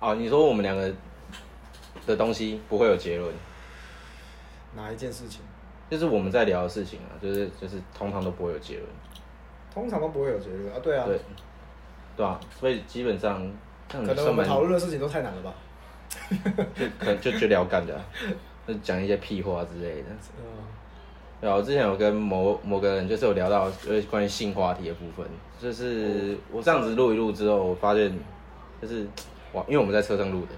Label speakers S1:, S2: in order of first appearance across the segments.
S1: 哦，你说我们两个的东西不会有结论，
S2: 哪一件事情，
S1: 就是我们在聊的事情啊，就是就是通常都不会有结论，
S2: 通常都不会有结论啊。对啊，
S1: 对，对啊，所以基本上像
S2: 可能我
S1: 上
S2: 们
S1: 班
S2: 讨论的事情都太难了吧？
S1: 就可能就就聊干的啊、就讲一些屁话之类的。
S2: 嗯，
S1: 对啊，我之前有跟某某个人就是有聊到就是关于性话题的部分，就是我这样子录一录之后，我发现就是哇，因为我们在车上录的，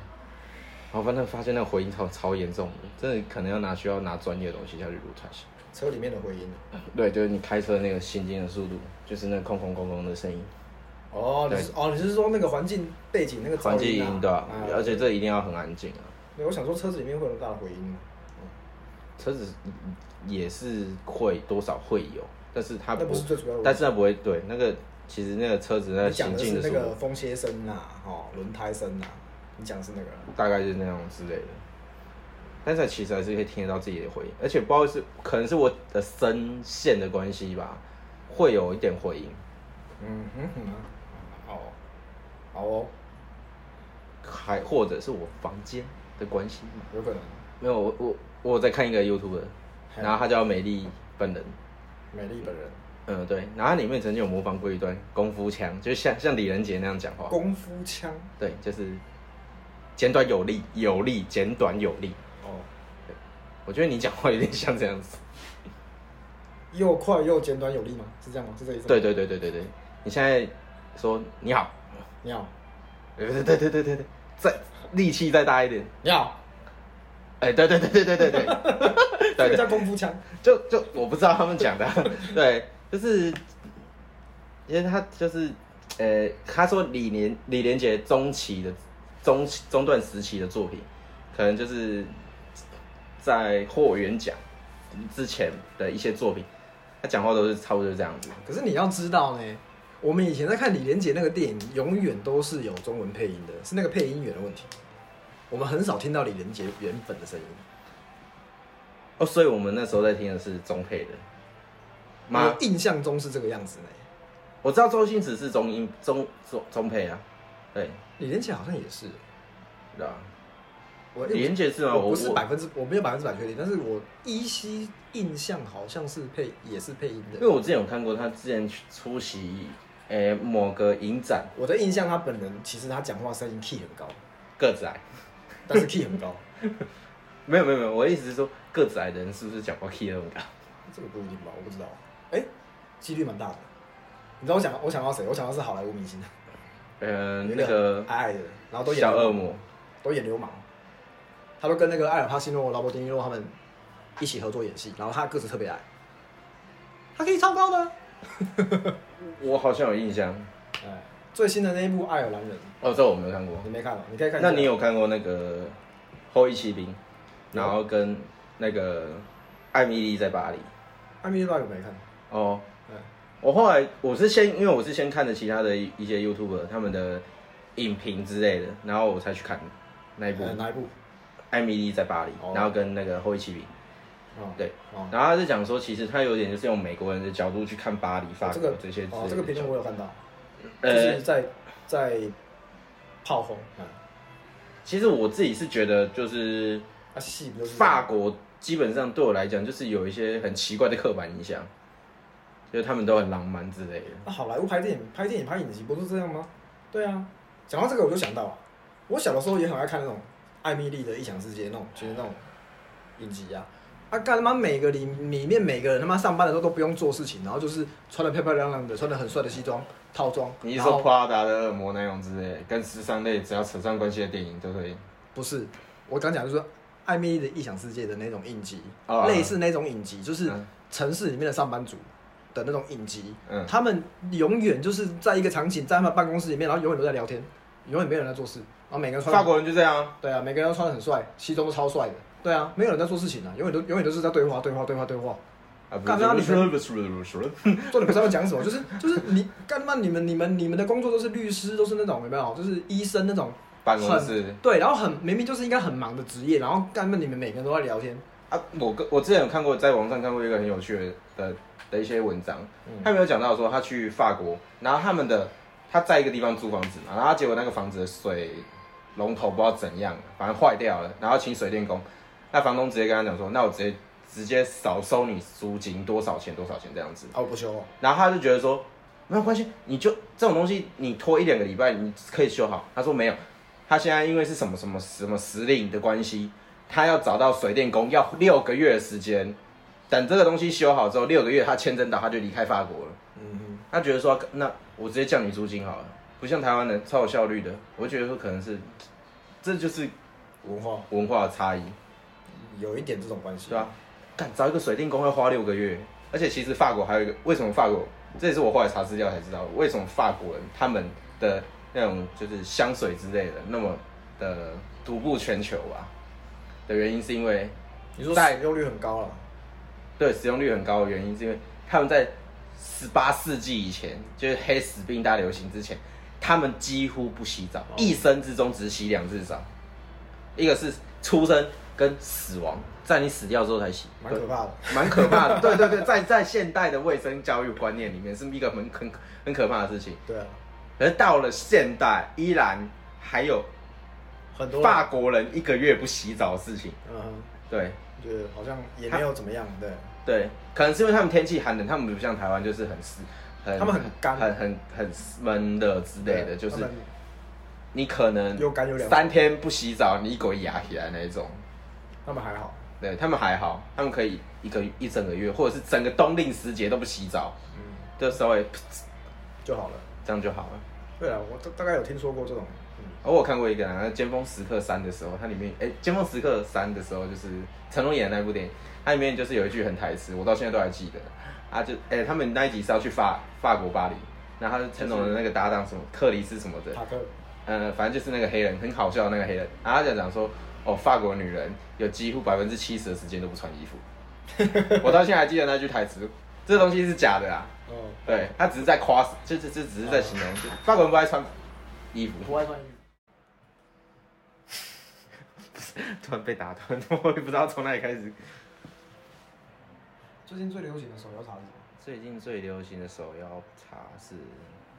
S1: 然后反正发现那个回音超超严重的，真的可能要拿需要拿专业的东西下去录才行。
S2: 车里面的回音。啊
S1: 对，就是你开车那个行进的速度，就是那空空空空的声音，
S2: 哦，你是哦，你是说那个环境背景那个噪
S1: 环境
S2: 音啊
S1: 音对吧、
S2: 啊
S1: 而且这一定要很安静啊，
S2: 对，我想说车子里面会有那么大的回音吗？
S1: 车子也是会多少会有，但是它
S2: 那不是最主要的问题
S1: 但是它不会对那个其实那个车子那个
S2: 你讲
S1: 行
S2: 的
S1: 进
S2: 是
S1: 的
S2: 那
S1: 速
S2: 个
S1: 度
S2: 风切声呐、哦，轮胎声呐、你讲的是那个啊
S1: 大概就是那种之类的，但是其实还是可以听得到自己的回音，而且不知道是可能是我的声线的关系吧，会有一点回音。
S2: 嗯哼哼、啊，好哦，好哦，
S1: 还或者是我房间的关系嘛？
S2: 有可能。
S1: 没有，我我我有在看一个 YouTube，
S2: 嘿
S1: 然后他叫美丽本人，
S2: 美丽本人，
S1: 嗯对，然后它里面曾经有模仿过一段功夫腔，就像像李仁杰那样讲话，
S2: 功夫腔
S1: 对，就是简短有力，有力简短有力。
S2: 哦，
S1: 我觉得你讲话有点像这样子。
S2: 又快又简短有力吗？是这样吗？是这意思吗？
S1: 对，对对对对对，你现在说你好，
S2: 你好，
S1: 对对对对对对对，再力气再大一点。
S2: 你好，
S1: 哎，对对对对对对对，对
S2: 这个
S1: 对
S2: 叫功夫腔。
S1: 就就我不知道他们讲的啊、 对，就是，因为他就是，呃，他说李连李连杰中期的中中段时期的作品，可能就是在霍元奖之前的一些作品，他讲话都是差不多就是这样子。
S2: 可是你要知道呢，我们以前在看李连杰那个电影，永远都是有中文配音的，是那个配音员的问题。我们很少听到李连杰原本的声音。
S1: 哦，所以我们那时候在听的是中配的。妈
S2: 我，印象中是这个样子呢。
S1: 我知道周星驰是中音中中中配啊，对，
S2: 李连杰好像也是，
S1: 对啊，
S2: 我
S1: 李连杰是吗？
S2: 我
S1: 我
S2: 不是
S1: 我
S2: 百分之，我没有百分之百确定，但是我依稀印象好像是配也是配音
S1: 因为
S2: 的。
S1: 我之前有看过他之前去出席诶、某个影展，
S2: 我的印象，他本人其实他讲话声音 key 很高，
S1: 个子矮，
S2: 但是 key 很高，
S1: 没有没有没有，我的意思是说个子矮的人是不是讲话 key 那么高？
S2: 这个不一定吧，我不知道。哎、几率蛮大的。你知道我想我想到谁？我想到是好莱坞明星，
S1: 呃，
S2: 有一
S1: 那个
S2: 矮矮的，然后都演
S1: 小
S2: 流
S1: 恶
S2: 氓
S1: 魔，
S2: 都演流氓，他都跟那个艾尔帕西诺、劳勃迪尼洛他们一起合作演戏，然后他个子特别矮，他可以超高的。啊
S1: 我好像有印象。
S2: 哎，最新的那一部《爱尔兰人》，
S1: 哦，这我没有看过。
S2: 你没看哦？你可以看一下。
S1: 那你有看过那个《后羿骑兵》，然后跟那个《艾米丽在巴黎》？
S2: 艾米丽到底有没看？
S1: 哦，
S2: 嗯，
S1: 我后来我是先，因为我是先看的其他的一一些 YouTuber 他们的影评之类的，然后我才去看那一部
S2: 呃
S1: 《
S2: 哪一部？
S1: 艾米丽在巴黎》
S2: 哦
S1: 然后跟那个《后羿骑兵》。
S2: 哦，
S1: 对
S2: 哦，
S1: 然后他是讲说，其实他有点就是用美国人的角度去看巴黎、法
S2: 这
S1: 国
S2: 个
S1: 这些之类的
S2: 哦，这个评论我有看到，就
S1: 呃
S2: 是，在在炮轰，嗯，
S1: 其实我自己是觉得，就是
S2: 啊，戏不就是
S1: 法国基本上对我来讲，就是有一些很奇怪的刻板印象，就是他们都很浪漫之类的。
S2: 那好莱坞拍电影、拍电影、拍影集不是这样吗？对啊，讲到这个我就想到啊，我小的时候也很爱看那种艾米丽的异想世界那种，就是那种影集啊。啊，干他妈每个里里面每个人他妈上班的时候都不用做事情，然后就是穿的漂漂亮亮的，穿的很帅的西装套装。
S1: 你是
S2: 然
S1: 说
S2: 后
S1: 普拉达的恶魔那种之类的，跟时尚类只要扯上关系的电影都可以？
S2: 不是，我刚讲就是说艾米丽的异想世界的那种影集，
S1: 哦啊
S2: 类似那种影集，就是
S1: 嗯
S2: 城市里面的上班族的那种影集。
S1: 嗯
S2: 他们永远就是在一个场景，在他们办公室里面，然后永远都在聊天，永远没有人在做事，然后每个人穿
S1: 嗯
S2: 得
S1: 法国人就这样啊，
S2: 对啊，每个人都穿的很帅，西装都超帅的。对啊，没有人在做事情啊，永远都永远都是在对话，对话，对话，对话。
S1: 啊，不
S2: 干
S1: 是
S2: 嘛
S1: 不
S2: 你
S1: 是不是不是不是不是，
S2: 重点不是要讲什么，就是就是你干嘛？你们你们你们的工作都是律师，都是那种有没有？就是医生那种
S1: 办公室
S2: 对，然后很明明就是应该很忙的职业，然后干嘛你们每个人都在聊天？
S1: 啊，我跟我之前有看过，在网上看过一个很有趣的的的一些文章，他没有讲到说他去法国，然后他们的他在一个地方租房子嘛，然后结果那个房子的水龙头不知道怎样，反正坏掉了，然后请水电工。那房东直接跟他讲说，那我直接直接少收你租金多少钱多少钱这样子。
S2: 啊，我不修哦，
S1: 然后他就觉得说，没有关系，你就这种东西你拖一两个礼拜你可以修好。他说没有，他现在因为是什么什么什么时令的关系，他要找到水电工要六个月的时间，等这个东西修好之后六个月他签证到他就离开法国了。
S2: 嗯
S1: 他觉得说，那我直接降你租金好了，不像台湾人超有效率的。我觉得说可能是，这就是
S2: 哼，嗯文化
S1: 文化的差异，
S2: 有一点这种关系，
S1: 对吧、啊？干找一个水电工要花六个月，而且其实法国还有一个，为什么法国？这也是我后来查资料才知道，为什么法国人他们的那种就是香水之类的那么的独步全球啊的原因，是因为
S2: 你说
S1: 在
S2: 使用率很高了，
S1: 对使用率很高的原因，是因为他们在十八世纪以前，就是黑死病大流行之前，他们几乎不洗澡，一生之中只洗两次澡，一个是出生跟死亡，在你死掉之后才洗，
S2: 蛮可怕的。
S1: 蛮可怕的。对对对，在在现代的卫生教育观念里面，是一个很很很可怕的事情。
S2: 对啊，
S1: 而到了现代，依然还有
S2: 很多人
S1: 法国人一个月不洗澡的事情。
S2: 嗯哼，
S1: 对，
S2: 就是好像也没有怎么样，对，
S1: 对，可能是因为他们天气寒冷，他们不像台湾就是很湿，很
S2: 他们很干
S1: 很很很闷热之类的，就是
S2: 他们
S1: 你可能
S2: 又干又凉
S1: 三天不洗澡，你一狗牙起来那一种。
S2: 他们还好，
S1: 对他们还好，他们可以一个一整个月，或者是整个冬令时节都不洗澡，
S2: 嗯，
S1: 就稍微噗
S2: 就好了。
S1: 这样就好了。
S2: 对啊，我大大概有听说过这种，嗯，
S1: 而我有看过一个、啊，《尖峰时刻三》的时候，它里面，哎、尖峰时刻三》的时候，就是成龙演的那部电影，它里面就是有一句很台词，我到现在都还记得。啊，就，哎、他们那一集是要去法法国巴黎，然后他就成龙的那个搭档什么克里斯什么的，
S2: 塔克，
S1: 呃，反正就是那个黑人，很好笑的那个黑人，然后他就讲说，哦，法国女人有几乎百分之七十的时间都不穿衣服， 我到现在还记得那句台词，这东西是假的啦，啊
S2: 哦，
S1: 对他只是在夸，就就就只是在形容，就法国人不爱穿衣服，
S2: 不爱穿衣
S1: 突然被打断，我也不知道从哪里开始。
S2: 最近最流行的手摇茶是什么？
S1: 最近最流行的手摇茶是，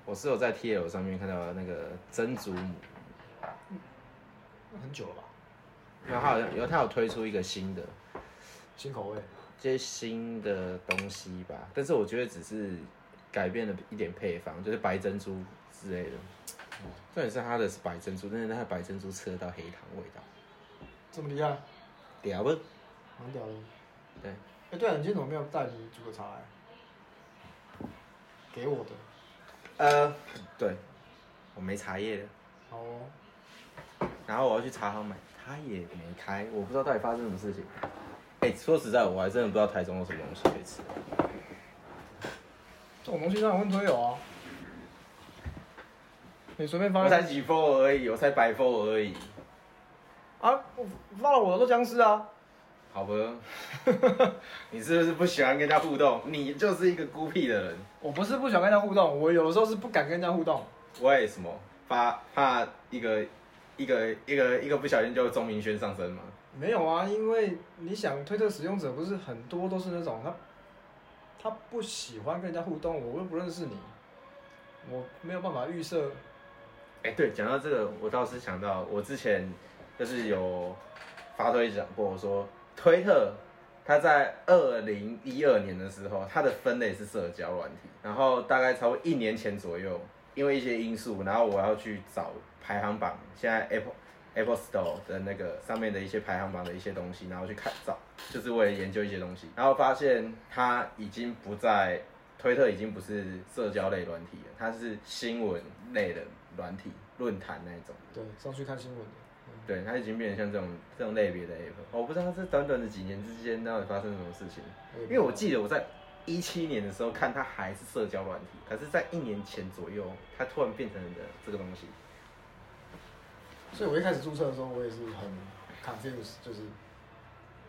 S1: 我是有在 T L 上面看到那个曾祖母，
S2: 那很久了吧？
S1: 然后他好像有他有推出一个新的，
S2: 新口味，
S1: 这些新的东西吧，但是我觉得只是改变了一点配方，就是白珍珠之类的。重点是它的是白珍珠，但是它的白珍珠吃得到黑糖味道，
S2: 这么厉害，
S1: 屌不？
S2: 蛮屌的。
S1: 对，
S2: 哎、对了，你今天怎么没有带你煮的茶来？给我的。
S1: 呃，对，我没茶叶的。
S2: 好哦，
S1: 然后我要去茶行买，他也没开，我不知道到底发生什么事情。哎、说实在，我还真的不知道台中有什么东西可以吃。
S2: 这种东西当然会推有啊。你随便
S1: 我
S2: 翻
S1: 才
S2: 啊
S1: 几封而已，我才百封而已，！
S2: 啊我发了我的都僵尸啊！
S1: 好吧？ 你是不是不喜欢跟人家互动？你就是一个孤僻的人。
S2: 我不是不想跟他互动，我有的时候是不敢跟人家互动。
S1: 为什么？怕怕一个一个一个一个不小心就钟明轩上身吗？
S2: 没有啊，因为你想，推特使用者不是很多都是那种他，他不喜欢跟人家互动，我又不认识你，我没有办法预设。
S1: 哎、对，讲到这个，我倒是想到我之前就是有发推讲过，我说推特它在二零一二年的时候，它的分类是社交软体，然后大概超过一年前左右，因为一些因素，然后我要去找排行榜，现在 Apple。Apple Store 的那个上面的一些排行榜的一些东西，然后去看找，就是为了研究一些东西，然后发现它已经不在推特已经不是社交类软体了，它是新闻类的软体论坛那一种。
S2: 对，上去看新闻的。嗯
S1: 对，它已经变成像这种这种类别的 app。我不哦知道这短短的几年之间到底发生什么事情，
S2: 嗯也
S1: 因
S2: 不
S1: 为我记得我在一七年的时候看它还是社交软体，可是，在一年前左右，它突然变成了这个东西。
S2: 所以我一开始注册的时候，我也是很 confused，就是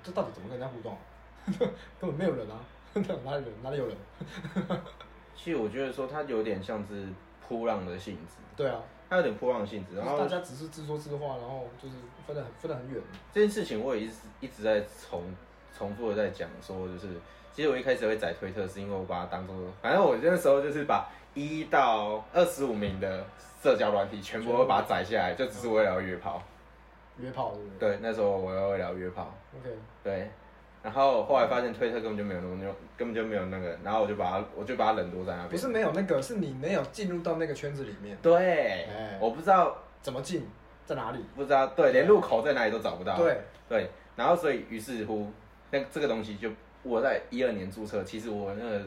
S2: 这到底怎么跟人家互动、啊？ 根本没有人啊， 哪里人哪里有人？
S1: 其实我觉得说它有点像是扑浪的性质，
S2: 对啊，
S1: 它有点扑浪的性质。然
S2: 就
S1: 后
S2: 是大家只是自说自话，然后就是分得很分得很远。
S1: 这件事情我也一直一直在重重复的在讲说，就是其实我一开始会载推特，是因为我把它当做，反正我那时候就是把一到二十五名的社交软体，全部会把它载下来，就只是为了要约炮。
S2: 约炮对不对？
S1: 对，那时候我要为了要约炮。
S2: ，OK，
S1: 对，然后后来发现推特根本就没有那么用，根本就没有那个，然后我就把它，我就把它冷落在那边。
S2: 不是没有那个，是你没有进入到那个圈子里面，
S1: 对，
S2: 哎
S1: 我不知道，
S2: 怎么进，在哪里？
S1: 不知道，对，连入口在哪里都找不到。
S2: 对，
S1: 对，然后所以于是乎，那这个东西就我在一二年注册，其实我那个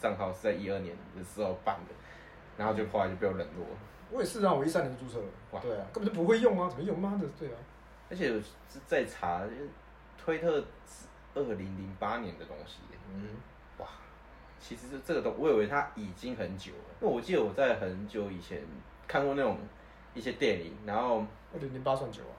S1: 账号是在一二年的时候办的，然后就后来就被我冷落，
S2: 我也是啊，我一三年就注册
S1: 哇
S2: 了，对啊，根本就不会用啊，怎么用？妈的，对啊，
S1: 而且我是在查，就是推特是二零零八年的东西耶，
S2: 嗯，
S1: 哇，其实这这个东，我以为它已经很久了，因为我记得我在很久以前看过那种一些电影，然后
S2: 二零零八算久啊，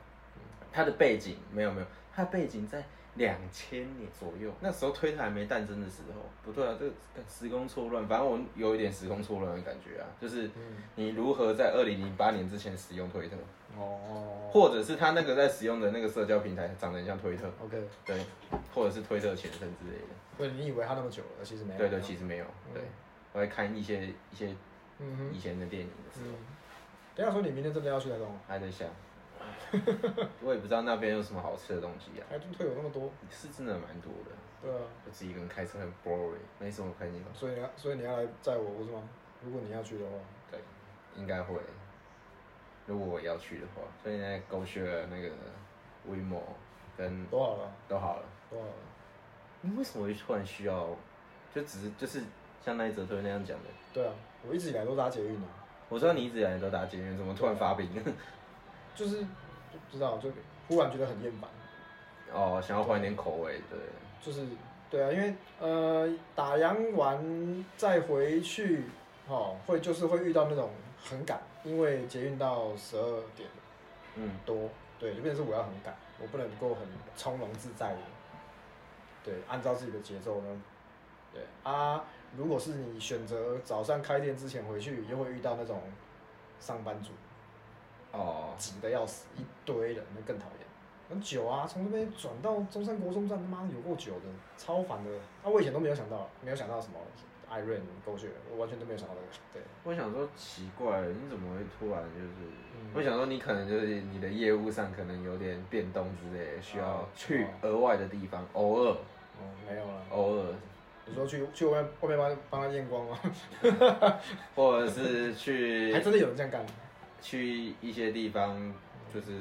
S1: 它的背景没有没有，它的背景在两千年左右，那时候推特还没诞生的时候。不对啊，这个时空错乱，反正我有一点时空错乱的感觉啊，就是
S2: 嗯，
S1: 你如何在二零零八年之前使用推特，
S2: 哦
S1: 或者是他那个在使用的那个社交平台长得很像推特，
S2: ，OK，
S1: 对，或者是推特前身之类的。
S2: 不是你以为他那么久了，其实没有，
S1: 对对，其实没有，对
S2: 嗯，
S1: 我在看一些一些
S2: 嗯哼，
S1: 以前的电影的时候
S2: 嗯，等一下说你明天真的要去台东啊，
S1: 还在想， 我也不知道那边有什么好吃的东西啊，
S2: 台中哎退有那么多，
S1: 是真的蛮多的。
S2: 对啊，
S1: 我自己一个人开车很 boring，没什么朋友。
S2: 所以你要所以你要来载我，不是吗？如果你要去的话，
S1: 对，应该会。如果我要去的话，所以现在狗血了那个 WeMo 跟
S2: 多好了，
S1: 都好了。
S2: 多好了，
S1: 你为什么会突然需要？就只是就是像那一则推那样讲的，
S2: 对啊，我一直以来都搭捷运啊，
S1: 我知道你一直以来都打捷运，怎么突然发病？
S2: 就是就不知道就忽然觉得很厌烦。
S1: 哦，想要换一点口味，对，
S2: 就是对啊，因为呃打烊完再回去，哦，会就是会遇到那种很赶，因为捷运到十二点
S1: 嗯，
S2: 多，对，就变成是我要很赶，我不能够很从容自在的，对，按照自己的节奏呢，对啊，如果是你选择早上开店之前回去，又会遇到那种上班族，
S1: 哦，
S2: 挤得要死，一堆人，那更讨厌。很久啊，从那边转到中山国中站，他妈有够久的，超烦的。啊，我以前都没有想到，没有想到什么 Iron 狗血，我完全都没有想到这个。对，
S1: 我想说奇怪，你怎么会突然就是？
S2: 嗯
S1: 我想说你可能就是你的业务上可能有点变动之类的，需要
S2: 哦
S1: 去
S2: 哦
S1: 额外的地方，偶尔
S2: 哦，没有了。
S1: 偶尔，
S2: 你说去去外面外面帮帮他验光吗？
S1: 或者是
S2: 还
S1: 去
S2: 真的有人这样干。
S1: 去一些地方，就是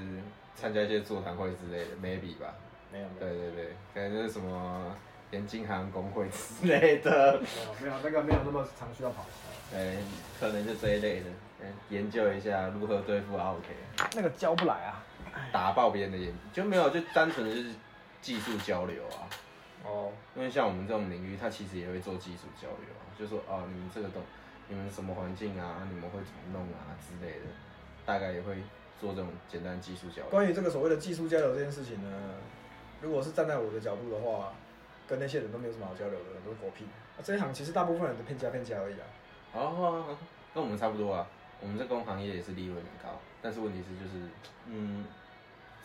S1: 参加一些座谈会之类的，maybe 吧。
S2: 没有没有
S1: 对对对，可能就是什么盐津航工会之类的，
S2: 没有没有那个没有那么常需要跑。
S1: 哎，可能就这一类的，嗯研究一下如何对付 OK，
S2: 那个教不来啊。
S1: 打爆别人的眼，就没有就单纯的就是技术交流啊。
S2: 哦，
S1: 因为像我们这种领域，它其实也会做技术交流啊，就说哦，你们这个东，你们什么环境啊，你们会怎么弄啊之类的，大概也会做这种简单的技术交流。
S2: 关于这个所谓的技术交流这件事情呢，如果是站在我的角度的话，跟那些人都没有什么好交流的，都是狗屁。啊、这一行其实大部分人都骗家骗家而已啊。
S1: 哦，跟我们差不多啊，我们这工行业也是利润很高，但是问题是就是，嗯，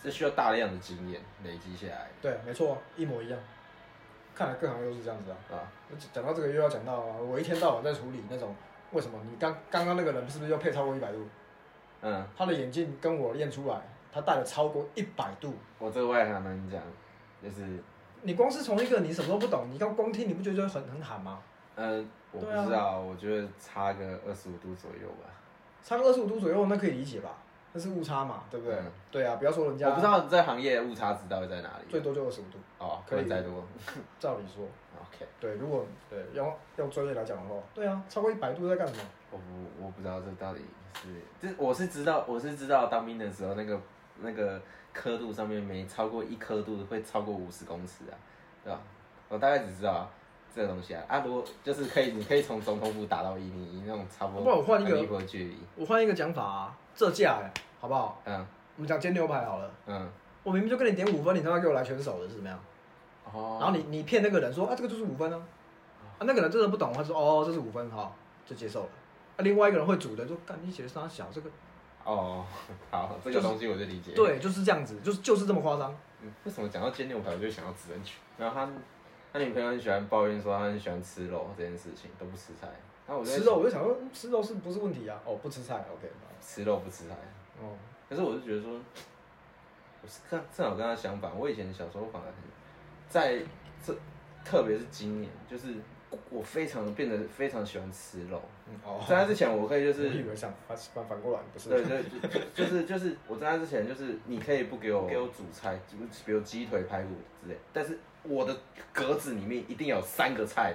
S1: 这需要大量的经验累积下来，
S2: 对，没错，一模一样。看来各行业都是这样子啊。
S1: 啊，
S2: 那讲讲到这个又要讲到啊，我一天到晚在处理那种为什么你刚刚刚那个人是不是又配超过一百度？
S1: 嗯，
S2: 他的眼镜跟我验出来，他戴了超过一百度。
S1: 我这个外行人讲，就是，
S2: 你光是从一个你什么都不懂，你刚光听你不觉得就很很喊吗？
S1: 嗯，我不
S2: 对啊
S1: 知道，我觉得差个二十五度左右吧，
S2: 差个二十五度左右，那可以理解吧？那是误差嘛，对不对？
S1: 嗯
S2: 对啊，不要说人家，
S1: 我不知道这行业误差值到底在哪里，啊
S2: 最多就二十五度，
S1: 哦，可
S2: 可以
S1: 能再多
S2: 照理说，
S1: ，OK，
S2: 对，如果对用用专业来讲的话，对啊，超过一百度在干什么？
S1: 我不我不知道这到底是，这我是知道，我是知道当兵的时候那个那个刻度上面没超过一刻度会超过五十公尺啊，对吧？我大概只知道、啊、这个东西啊，啊，如果就是可以，你可以从总统府打到一零一那种差不多，
S2: 不然我换一个
S1: 一的距离，
S2: 我换一个讲法、啊，这价哎、好不好？
S1: 嗯
S2: 我们讲煎牛排好了。
S1: 嗯，
S2: 我明明就跟你点五分，你他妈给我来全手的是怎么样？
S1: 哦，
S2: 然后你你骗那个人说啊，这个就是五分啊，啊那个人真的不懂，他说哦这是五分哈，就接受了。啊，另外一个人会煮的说，干你写的啥小这个，
S1: 哦，好，这
S2: 就
S1: 个
S2: 是
S1: 东西我就理解，，
S2: 对，就是这样子，就是就是这么夸张。
S1: 嗯为什么讲到煎牛排我就想到直人群？然后他他女朋友很喜欢抱怨说他很喜欢吃肉这件事情，都不吃菜。那我在
S2: 吃肉，我就想说嗯吃肉是不是问题啊？哦，不吃菜，OK，
S1: 吃肉不吃菜，
S2: 哦，
S1: 可是我就觉得说，我是刚正好跟他相反。我以前小时候反而很在这，特别是今年，就是我非常变得非常喜欢吃肉。
S2: 嗯哦，
S1: 在那之前，我可以就
S2: 我
S1: 是
S2: 以为想反反反过来，不是？
S1: 对对，就就是就是我在那之前，就是你可以不给我给我主菜，就比如鸡腿、排骨之类，但是我的格子里面一定要有三个菜，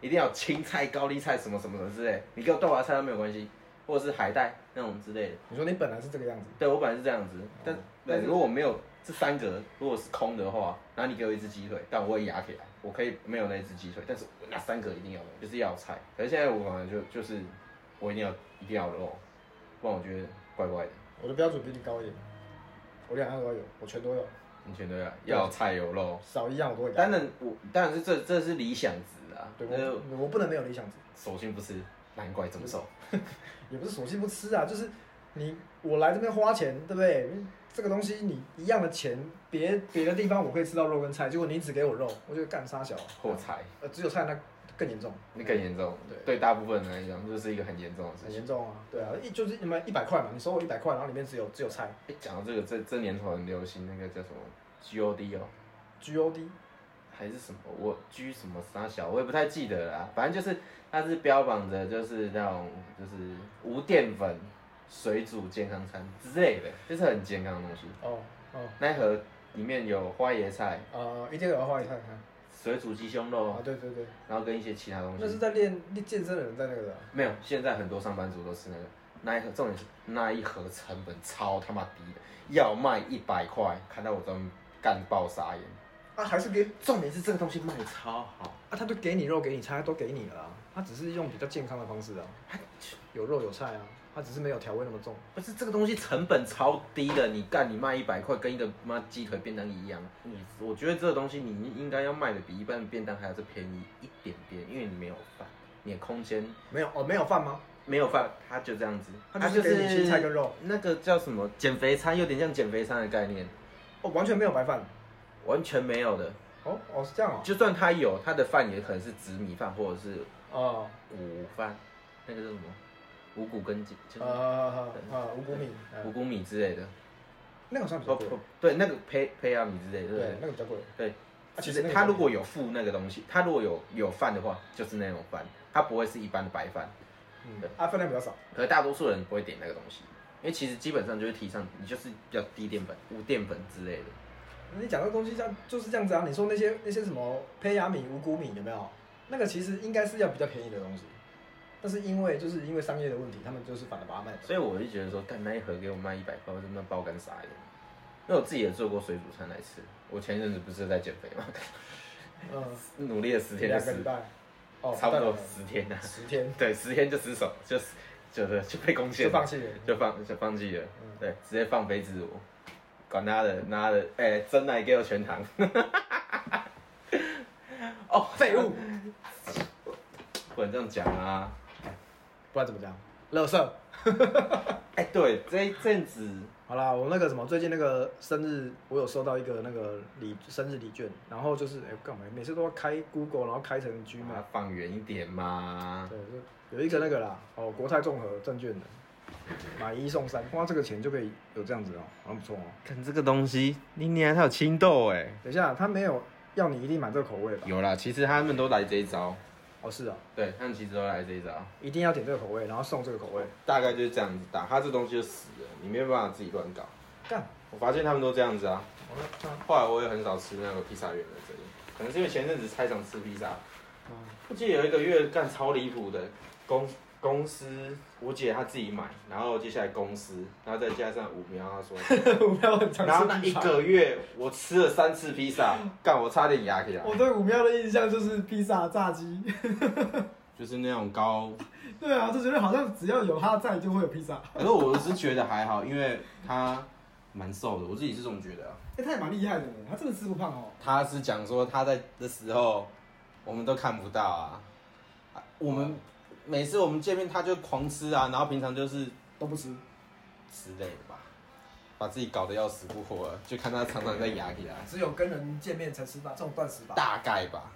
S1: 一定要有青菜、高丽菜什么什么的之类。你给我豆芽菜都没有关系，或者是海带那种之类的。
S2: 你说你本来是这个样子，
S1: 对我本来是这样
S2: 哦
S1: 子，但但
S2: 对
S1: 如果没有这三个，如果是空的话，然后你给我一只鸡腿，但我会压起来，我可以没有那只鸡腿，但是我那三个一定要有，就是要有菜。可是现在我反正就就是我一定要一定要有肉，不然我觉得怪怪的。
S2: 我的标准比你高一点，我两样都要有，我全都有，
S1: 你全对啊，
S2: 对
S1: 要有菜有肉。
S2: 少一样我都会改。
S1: 当然我当然是这这是理想值啊，
S2: 对
S1: 那
S2: 我我不能没有理想值，
S1: 手心不吃，难怪这么瘦。
S2: 也不是索性不吃啊，就是你我来这边花钱，对不对？这个东西你一样的钱，别别的地方我可以吃到肉跟菜，结果你只给我肉，我就干杀小啊，
S1: 破财
S2: 呃，只有菜那更严重，
S1: 那更严重，
S2: 对
S1: 对大部分人来讲，哦这是一个很严重的事
S2: 很
S1: 情。
S2: 严重啊，对啊，一就是你们一百块嘛，你收我一百块，然后里面只有只有菜
S1: 哎，讲到这个，这这年头很流行那个叫什么 GOD 哦，
S2: ，GOD
S1: 还是什么我 G 什么啥小，我也不太记得了啦。反正就是它是标榜着就是那种就是无淀粉、水煮健康餐之类的，就是很健康的东西。
S2: 哦哦，
S1: 那一盒里面有花椰菜、
S2: 呃，一定要有花椰菜看
S1: 水煮鸡胸
S2: 啊
S1: 肉，，
S2: 对对对，
S1: 然后跟一些其他东
S2: 那是
S1: 西。
S2: 在练练健身的人在那个的啊，
S1: 没有，现在很多上班族都吃那个。那一盒重点是那一盒成本超他妈低的，要卖一百块，看到我这么干爆傻眼。
S2: 啊还是给
S1: 重点是这个东西卖超好，
S2: 啊，他就给你肉给你菜都给你了啊、他只是用比较健康的方式啊，有肉有菜啊，他只是没有调味那么重。
S1: 不是这个东西成本超低的，你干你卖一百块，跟一个妈鸡腿便当一样。
S2: 嗯
S1: 你我觉得这个东西你应该要卖的比一般的便当还要再便宜一点点，因为你没有饭，你的空间
S2: 没有哦，没有饭吗？
S1: 没有饭，它就这样子，
S2: 它就是给你青菜跟肉，
S1: 那个叫什么减肥餐，有点像减肥餐的概念，
S2: 哦，完全没有白饭。
S1: 完全没有的。
S2: 哦哦，是这样
S1: 就算他有，他的饭也可能是紫米饭或者是
S2: 哦。
S1: 五饭，那个叫什么五谷根茎，就
S2: 啊
S1: 是
S2: 啊啊！五谷米，呃
S1: 五谷米之类的，
S2: 那个好像比
S1: 嗯
S2: 较
S1: 哦
S2: 贵，
S1: 不，对，那个胚胚芽米之类的，
S2: 对，
S1: 对
S2: 那个比较贵。
S1: 对。
S2: 啊
S1: 其
S2: 其
S1: 实
S2: 实那个
S1: 他如果有附那个东西，他如果有有饭的话，就是那种饭，它不会是一般的白饭。
S2: 嗯
S1: 对，
S2: 啊，分量比较少。
S1: 可是大多数人不会点那个东西，因为其实基本上就是提倡你就是要低淀粉、无淀粉之类的。
S2: 你讲这东西这样就是这样子啊。你说那些那些什么胚芽米、五谷米有没有？那个其实应该是要比较便宜的东西，但是因为就是因为商业的问题，他们就是反而把它卖掉。
S1: 所以我就觉得说，干那一盒给我卖一百块，我真的爆肝傻眼。因为我自己也做过水煮餐来吃，我前一阵子不是在减肥吗？
S2: 嗯，
S1: 努力了十天就
S2: 两个礼
S1: 十，
S2: 拜，哦，
S1: 差不多
S2: 大概
S1: 十天呐、啊。
S2: 十天
S1: 对，十天就失手，就是就是就被攻陷
S2: 就
S1: 了，
S2: 放弃了。
S1: 就放就放弃了。
S2: 嗯
S1: 对，直接放飞自我，管他的，妈的，哎、真奶给我全糖。 哦，
S2: 废物，
S1: 不能这样讲啊！
S2: 不然怎么讲？乐色。
S1: 哎、对，这一阵子
S2: 好啦，我那个什么，最近那个生日，我有收到一个那个礼生日礼券，然后就是哎干嘛？每次都要开 Google，然后开成
S1: 把它
S2: Gmail，
S1: 放远一点嘛。
S2: 对，就有一个那个啦，哦，国泰综合证券的，买一送三，花这个钱就可以有这样子哦，很不错哦。
S1: 看这个东西，你你还它有青豆哎、
S2: 等一下，他没有要你一定买这个口味吧？
S1: 有啦，其实他们都来这一招，
S2: 哦，是啊，
S1: 对他们其实都来这一招，
S2: 一定要点这个口味，然后送这个口味，
S1: 大概就是这样子打。他这东西就死了，你没有办法自己乱搞。
S2: 干，
S1: 我发现他们都这样子啊。
S2: 好了，啊
S1: 后来我也很少吃那个披萨园的这里，可能是因为前阵子太常吃披萨。
S2: 嗯
S1: 我记得有一个月干超离谱的，公公司我姐她自己买，然后接下来公司，然后再加上五喵， 她说，
S2: 五喵很常吃
S1: 然后那一
S2: 披萨，
S1: 个月我吃了三次披萨， 干我差点牙起来，
S2: 我对五喵的印象就是披萨、炸鸡，
S1: 就是那种高
S2: 对啊，就觉得好像只要有他在就会有披萨。
S1: 可是我是觉得还好，因为他蛮瘦的，我自己是这么觉得啊。
S2: 哎、他也蛮厉害的呢，他真的吃不胖哦。
S1: 他是讲说他在的时候，我们都看不到啊，啊我们每次我们见面他就狂吃啊，然后平常就是
S2: 都不吃，
S1: 之类的吧，把自己搞得要死不活了，就看他常常在压起来，
S2: 只有跟人见面才吃饭，这种断食法。
S1: 大概吧。